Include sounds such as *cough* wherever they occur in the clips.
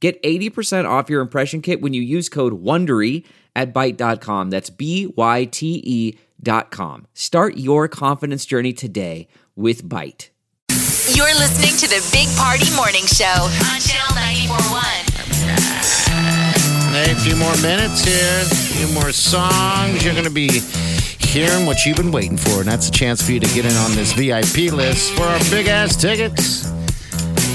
Get 80% off your impression kit when you use code WONDERY at Byte.com. That's b y t e dot com. Start your confidence journey today with Byte. You're listening to the Big Party Morning Show on Channel 941. Hey, a few more minutes here, a few more songs. You're going to be hearing what you've been waiting for, and that's a chance for you to get in on this VIP list for our big ass tickets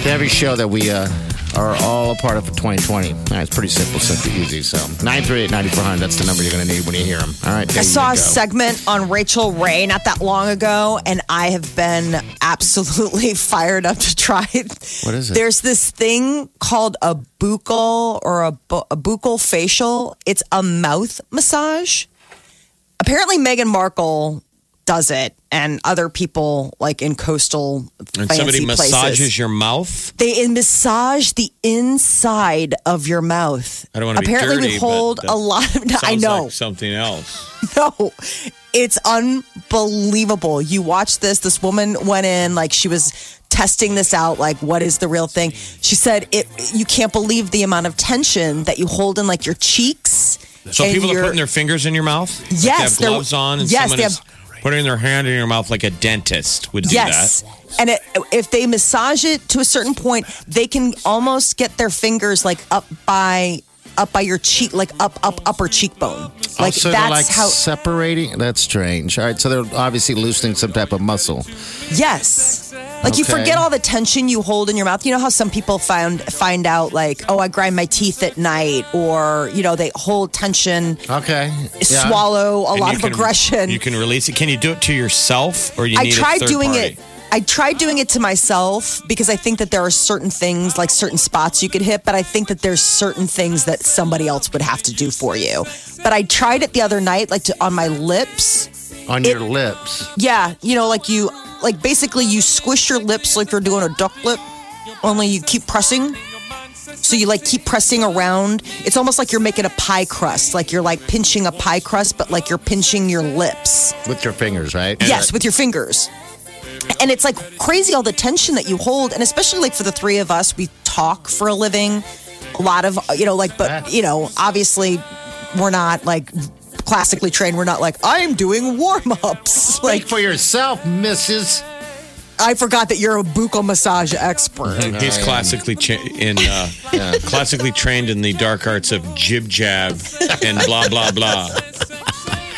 to every show that we uh, are all a part of for 2020. All right, it's pretty simple, simple, easy. So 938 9400, that's the number you're going to need when you hear them. All right, there I saw you a go. segment on Rachel Ray not that long ago, and I have been absolutely *laughs* fired up to try it. What is it? There's this thing called a buccal or a, bu- a buccal facial. It's a mouth massage. Apparently, Meghan Markle does it, and other people like in coastal And fancy somebody places. massages your mouth. They massage the inside of your mouth. I don't want to Apparently, be dirty, we but hold that a lot of. *laughs* *laughs* I sounds know. like something else. *laughs* No, it's unbelievable. You watch this. This woman went in like she was testing this out. Like, what is the real thing? She said, "It. You can't believe the amount of tension that you hold in like your cheeks." So and people are your- putting their fingers in your mouth. Like they Yes, have they're- gloves on, and yes, someone they is putting their hand in your mouth like a dentist would do yes. that. And it, if they massage it to a certain point, they can almost get their fingers like up by up by your cheek, like up up upper cheekbone. Oh, Like also, that's they're like how. separating. That's strange. All right, so they're obviously loosening some type of muscle. Yes. Like you Okay. forget all the tension you hold in your mouth. You know how some people find find out like, oh, I grind my teeth at night, or you know they hold tension, Okay. yeah. swallow a And lot you of can- aggression. You can release it. Can you do it to yourself, or you I need tried a third doing party? it. I tried doing it to myself because I think that there are certain things, like certain spots you could hit, but I think that there's certain things that somebody else would have to do for you. But I tried it the other night, like to, on my lips, on your lips. Yeah, you know, like you, like basically you squish your lips like you're doing a duck lip, only you keep pressing. So you like keep pressing around. It's almost like you're making a pie crust, like you're like pinching a pie crust, but like you're pinching your lips. With your fingers, right? Yes, with your fingers. And it's like crazy all the tension that you hold, and especially like for the three of us, we talk for a living. A lot of you know, like, but you know, obviously, we're not like classically trained. We're not like I'm doing warm ups. Like Speak for yourself, Mrs. I forgot that you're a buccal massage expert. He's classically cha- in uh, classically trained in the dark arts of jib jab and blah blah blah.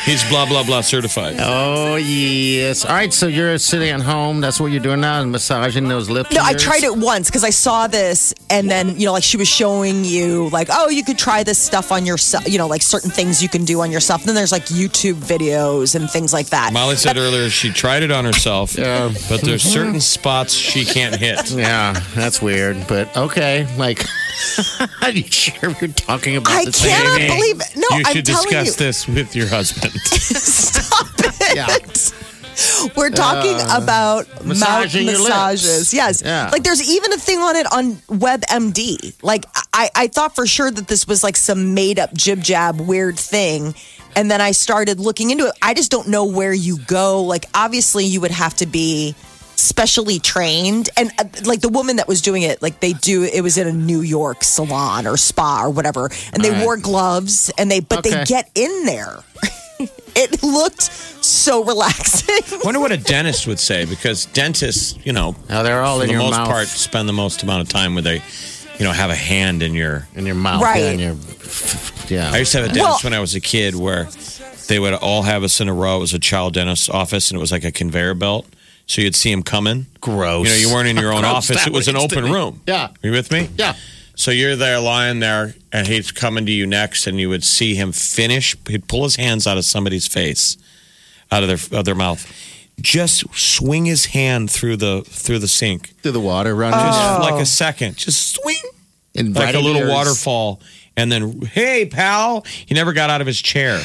He's blah blah blah certified. Oh yes. All right, so you're sitting at home. That's what you're doing now, is massaging those lips. No, of I yours? tried it once because I saw this, and then you know, like she was showing you, like, oh, you could try this stuff on yourself. You know, like certain things you can do on yourself. And then there's like YouTube videos and things like that. Molly said earlier she tried it on herself, but there's certain spots she can't hit. Yeah, that's weird, but okay. Like, *laughs* are you sure we're talking about I the same cannot thing? believe it. No, you I'm should telling discuss you. *laughs* this with your husband. Stop it. Yeah. We're talking about mouth Uh, massaging your massages. lips. Yes. Yeah. Like there's even a thing on it on WebMD. Like I, I thought for sure that this was like some made up jib jab weird thing. And then I started looking into it. I just don't know where you go. Like obviously you would have to be specially trained and uh, like the woman that was doing it like they do it was in a New York salon or spa or whatever and they All right. wore gloves and they but they Okay. get in there *laughs* it looked so relaxing. wonder what a dentist would say because dentists, you know, Now they're all for in the your most mouth. part spend the most amount of time where they, you know, have a hand in your in your mouth, Right. Yeah, in your, yeah. I used to have a dentist Well- when I was a kid where they would all have us in a row. It was a child dentist's office and it was like a conveyor belt. So you'd see him coming. Gross. You know, you weren't in your *laughs* own Gross, office. that It was an was open to me. room. Yeah. Are you with me? yeah. So you're there lying there and he's coming to you next and you would see him finish. He'd pull his hands out of somebody's face, out of their, of their mouth. Just swing his hand through the through the sink. Uh, Through the water, run. Just like a second. Just swing. like Invited a little her- *laughs* waterfall. And then, hey, pal, he never got out of his chair.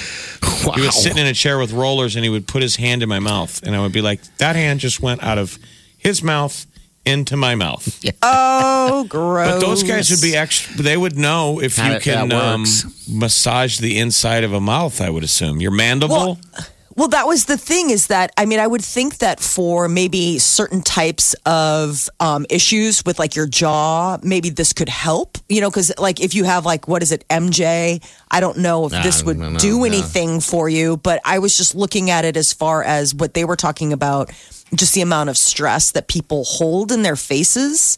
Wow. He was sitting in a chair with rollers and he would put his hand in my mouth. And I would be like, that hand just went out of his mouth into my mouth. Oh, gross. But those guys would be extra, they would know if How you that- can that um, works. massage the inside of a mouth, I would assume. Your mandible? Well, Well, that was the thing is that, I mean, I would think that for maybe certain types of um, issues with like your jaw, maybe this could help, you know, because like if you have like, what is it, MJ? I don't know if this I would don't know, do no. anything for you, but I was just looking at it as far as what they were talking about, just the amount of stress that people hold in their faces.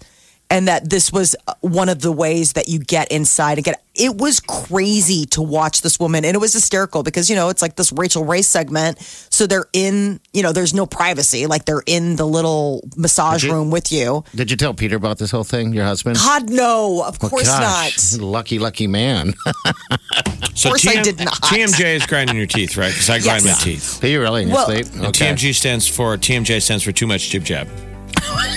And that this was uh, one of the ways that you get inside and get. It was crazy to watch this woman, and it was hysterical because you know it's like this Rachel Ray segment. So they're in, you know, there's no privacy. Like they're in the little massage you- room with you. Did you tell Peter about this whole thing, your husband? God, no, of Well, course gosh, not. Lucky, lucky man. *laughs* so course I did not. TMJ is grinding your teeth, right? Because I grind Yes. my teeth. Are you really in your Well- sleep? And Okay. TMG stands for, TMJ stands for too much jib jab.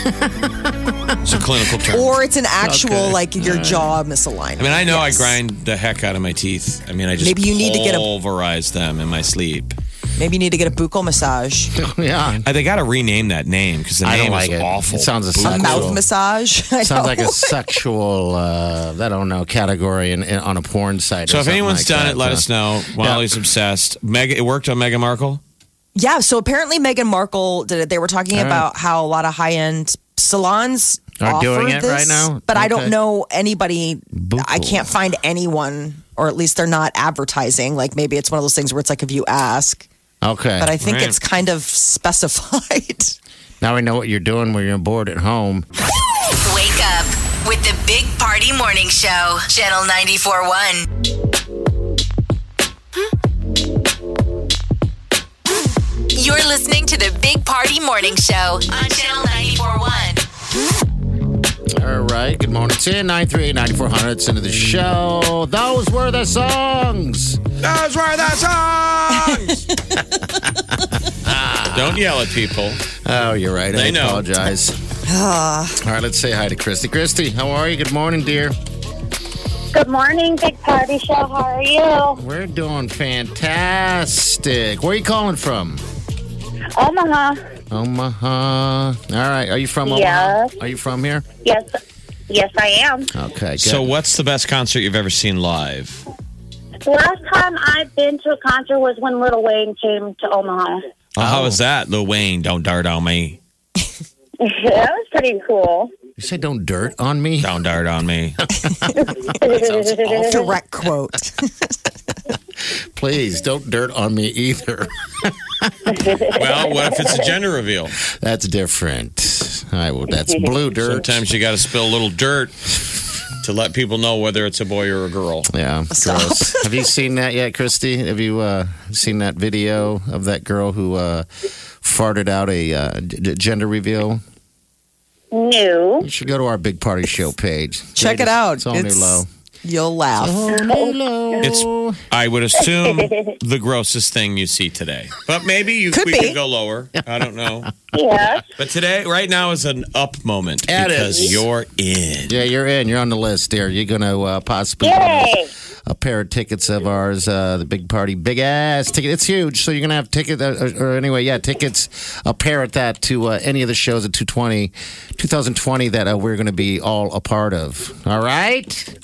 it's a clinical term. Or it's an actual Okay. like your jaw misalignment. I mean, I know Yes. I grind the heck out of my teeth. I mean, I just Maybe you need to get a- pulverize them in my sleep. Maybe you need to get a buccal massage, *laughs* yeah. Uh, they got to rename that name because the I name don't like is it. awful. It sounds a a Buccal. mouth massage. *laughs* I *laughs* Sounds know. like a sexual, uh, I don't know, category in, in- on a porn site. so or if something anyone's like done that, uh, it, let so. us know. Molly's obsessed. Mega, it worked on Meghan Markle. Yeah, so apparently Meghan Markle did it. They were talking All about how a lot of high end salons Are offer doing it this, right now? But I Okay. don't know anybody. I Buccal. can't find anyone, or at least they're not advertising. Like maybe it's one of those things where it's like if you ask, Okay. but I think Right. it's kind of specified. *laughs* now we know what you're doing when you're bored at home. Wake up with the Big Party Morning Show, Channel 941. You're listening to the Big Party Morning Show on Channel 941. All right. Good morning. It's in 938 9400. It's into the show. Those were the songs. Those were the *laughs* songs. Ah. Don't yell at people. Oh, you're right. I They *laughs* know. apologize. All right. Let's say hi to Christy. Christy, how are you? Good morning, dear. Good morning, Big Party Show. How are you? We're doing fantastic. Where are you calling from? Omaha. Omaha. All right. Are you from Yeah. Omaha? Are you from here? Yes, yes, I am. Okay. Good. So, what's the best concert you've ever seen live? Last time I've been to a concert was when Little Wayne came to Omaha. *laughs* Oh, How was that, Lil Wayne? Don't dart on me. that was pretty cool. you said don't dirt on me? Don't dart on me. Direct quote. *laughs* Please don't dirt on me either. *laughs* well, what if it's a gender reveal? That's different. I will. That's blue dirt. Sometimes you got to spill a little dirt to let people know whether it's a boy or a girl. Yeah. Gross. Have you seen that yet, Christy? Have you uh, seen that video of that girl who uh, farted out a uh, d- d- gender reveal? *laughs* New. You should go to our big party show page. Check it out. It's all new low. You'll laugh. All new low. It's, I would assume, the grossest thing you see today. But maybe you, Could we be. could go lower. I don't know. Yes. But today, right now, is an up moment It because is. you're in. yeah, you're in. You're on the list, dear. You're gonna uh, possibly win Yay. a pair of tickets of ours, uh, the big party, big ass ticket. It's huge, so you're gonna have ticket uh, or, or anyway, yeah, tickets, a pair at that to uh, any of the shows at 220, 2020 that uh, we're gonna be all a part of. All right.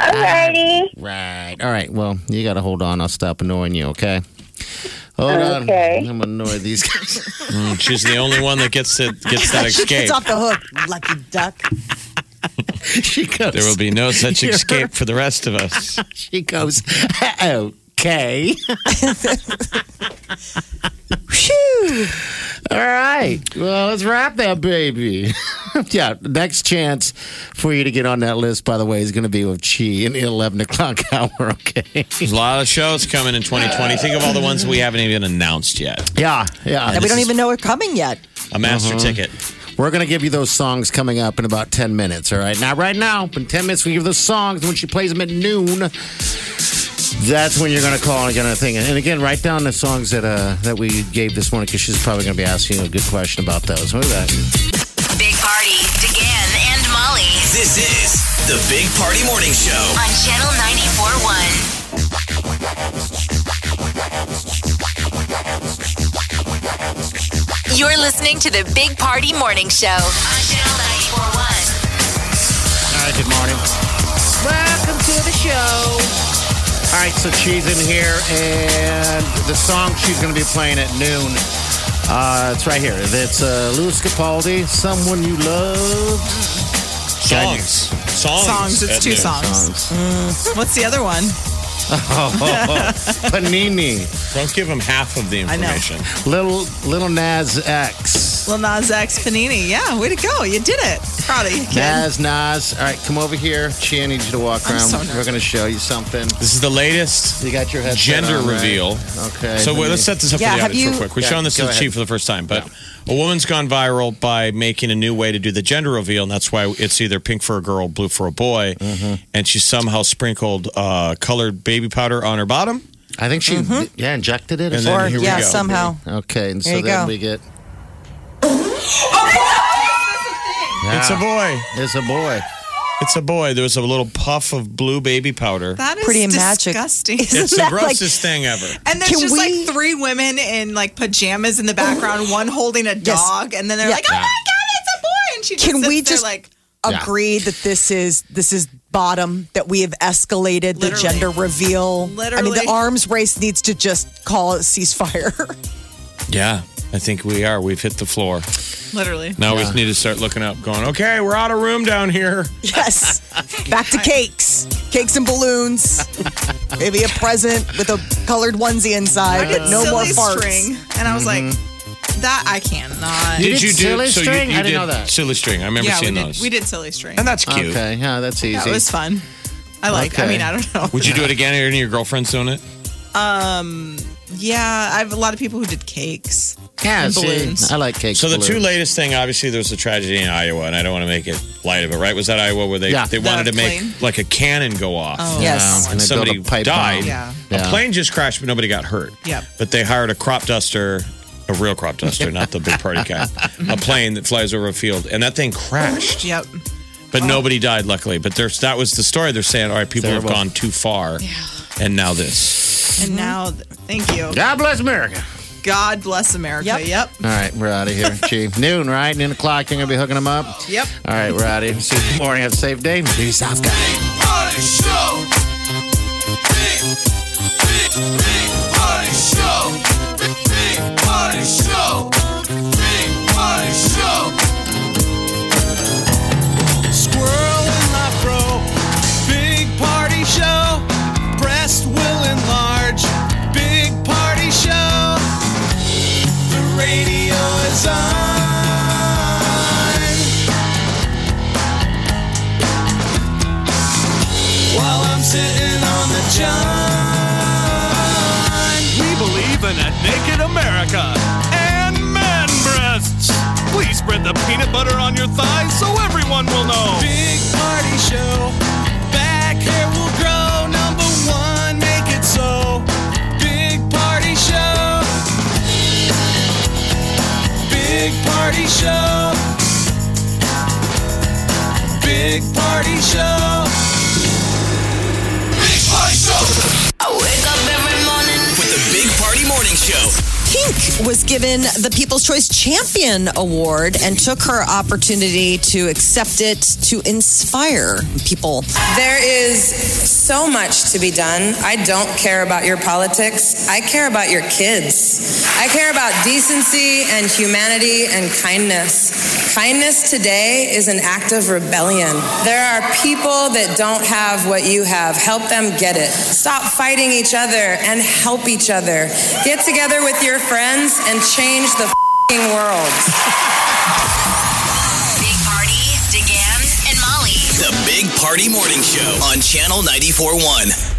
Alrighty. Right. All right. Well, you got to hold on. I'll stop annoying you, okay? Hold Okay. on. I'm annoyed these guys. *laughs* She's the only one that gets to, gets that escape. It's off the hook, lucky duck. she goes. There will be no such escape for the rest of us. She goes. Okay. Phew. All right. Well, let's wrap that baby. *laughs* yeah. Next chance for you to get on that list, by the way, is going to be with Chi in the 11 o'clock *laughs* hour. Okay. There's a lot of shows coming in 2020. Think of all the ones we haven't even announced yet. Yeah. Yeah. And we don't even know we're coming yet. A master ticket. We're going to give you those songs coming up in about 10 minutes, all right? Now, right now, in 10 minutes, we give you those songs. When she plays them at noon, that's when you're going to call and going to think. And again, write down the songs that uh, that we gave this morning because she's probably going to be asking you a good question about those. What is that? Big Party, DeGan and Molly This is the The Big Party Morning Show. on Channel 94.1. You're listening to the Big Party Morning Show on Channel 94.1. All right, good morning. Welcome to the show. All right, so she's in here, and the song she's going to be playing at noon. Uh, it's right here. It's uh, Louis Capaldi, "Someone You Loved." Songs. Songs. Songs, it's at two noon. songs. What's the other one? Panini, Don't give them half of the I know. information. little little Nas X, Lil Nas X Panini. Yeah, way to go. You did it. Proud of you, kid. Nas Nas. All right, come over here. Chia, I need you to walk I'm around. so We're nervous. going to show you something. This is the latest You got your headset gender on, right? reveal. Okay. So wait, let's set this up Yeah, for the have audience real you- quick. We're Yeah, showing this to go the ahead. chief for the first time, but a woman's gone viral by making a new way to do the gender reveal, and that's why it's either pink for a girl, blue for a boy, Mm-hmm. and she somehow sprinkled uh, colored baby powder on her bottom. I think she Mm-hmm. yeah injected it. Or And then something. here we yeah, go. somehow. Okay, and There so you go. then we get. It's a Yeah, boy. It's a boy. It's a boy. There was a little puff of blue baby powder. That is Pretty magic. disgusting. *laughs* Isn't It's the that grossest thing ever. And there's Can just we- like three women in like pajamas in the background, one holding a dog, and then they're Yeah. like, "Oh my god, it's a boy!" And she just Can sits we there just- like, like, Yeah. agree that this is this is bottom that we have escalated the Literally. gender reveal? I mean, Literally. the arms race needs to just call it ceasefire. *laughs* Yeah, I think we are. We've hit the floor. literally, Now we just need to start looking up, going, okay, we're out of room down here. yes, back *laughs* to cakes, cakes and balloons. Maybe a present with a colored onesie inside, but no more silly farts. string. And I was like, Mm-hmm. "That I cannot." You did silly string? I didn't did know that. Silly string. I remember yeah, we seeing did. those. We did silly string. And that's cute. Okay, yeah, that's easy. That was fun. I like. I Okay. mean, I don't know. Would you do it again? Are any of your girlfriends doing it? *laughs* Yeah, I have a lot of people who did cakes. yeah, and see, balloons. I like cake. So the two balloons. latest thing, obviously, there was a tragedy in Iowa, and I don't want to make it light of it, right? Was that Iowa where they Yeah. they wanted The to make plane? Oh. like a cannon go off? Yes. and they built somebody a pipe died. bomb. Yeah. Yeah. A plane just crashed, but nobody got hurt. Yep. But they hired a crop duster, a real crop duster, not the big *laughs* party kind, a plane that flies over a field, and that thing crashed. Yep. Oh. But nobody died, luckily. But there's that was the story. They're saying, all right, people Terrible. have gone too far, and now this. And now, th- thank you. God bless America. God bless America. Yep. Yep. Yep. All right, we're out of here. Gee, noon, right? Noon o'clock. You're gonna be hooking them up. All right, we're out of here. See you Good morning. Have a safe day. Peace out, guys. Big Party Show. Big, big, big Party Show. Big, big Party Show. Big Party Show. Squirrel in my fro. Big Party Show. Breast will enlarge. Big Party Show. The radio is on. while I'm sitting on the john. We believe in a naked America and man breasts. Please spread the peanut butter on your thighs so everyone will know. Big party show. Back hair will grow. Number one, make it so. Big party show. Big party show. Big party show. Big Party Show. I wake up every morning. With the Big Party Morning Show. Pink was given the People's Choice Champion Award and took her opportunity to accept it to inspire people. There is so much to be done. I don't care about your politics. I care about your kids. I care about decency and humanity and kindness. Kindness today is an act of rebellion. There are people that don't have what you have. Help them get it. Stop fighting each other and help each other. Get together with your friends and change the fing world. Big Party, DeGan, and Molly. The Big Party Morning Show on Channel 94.1.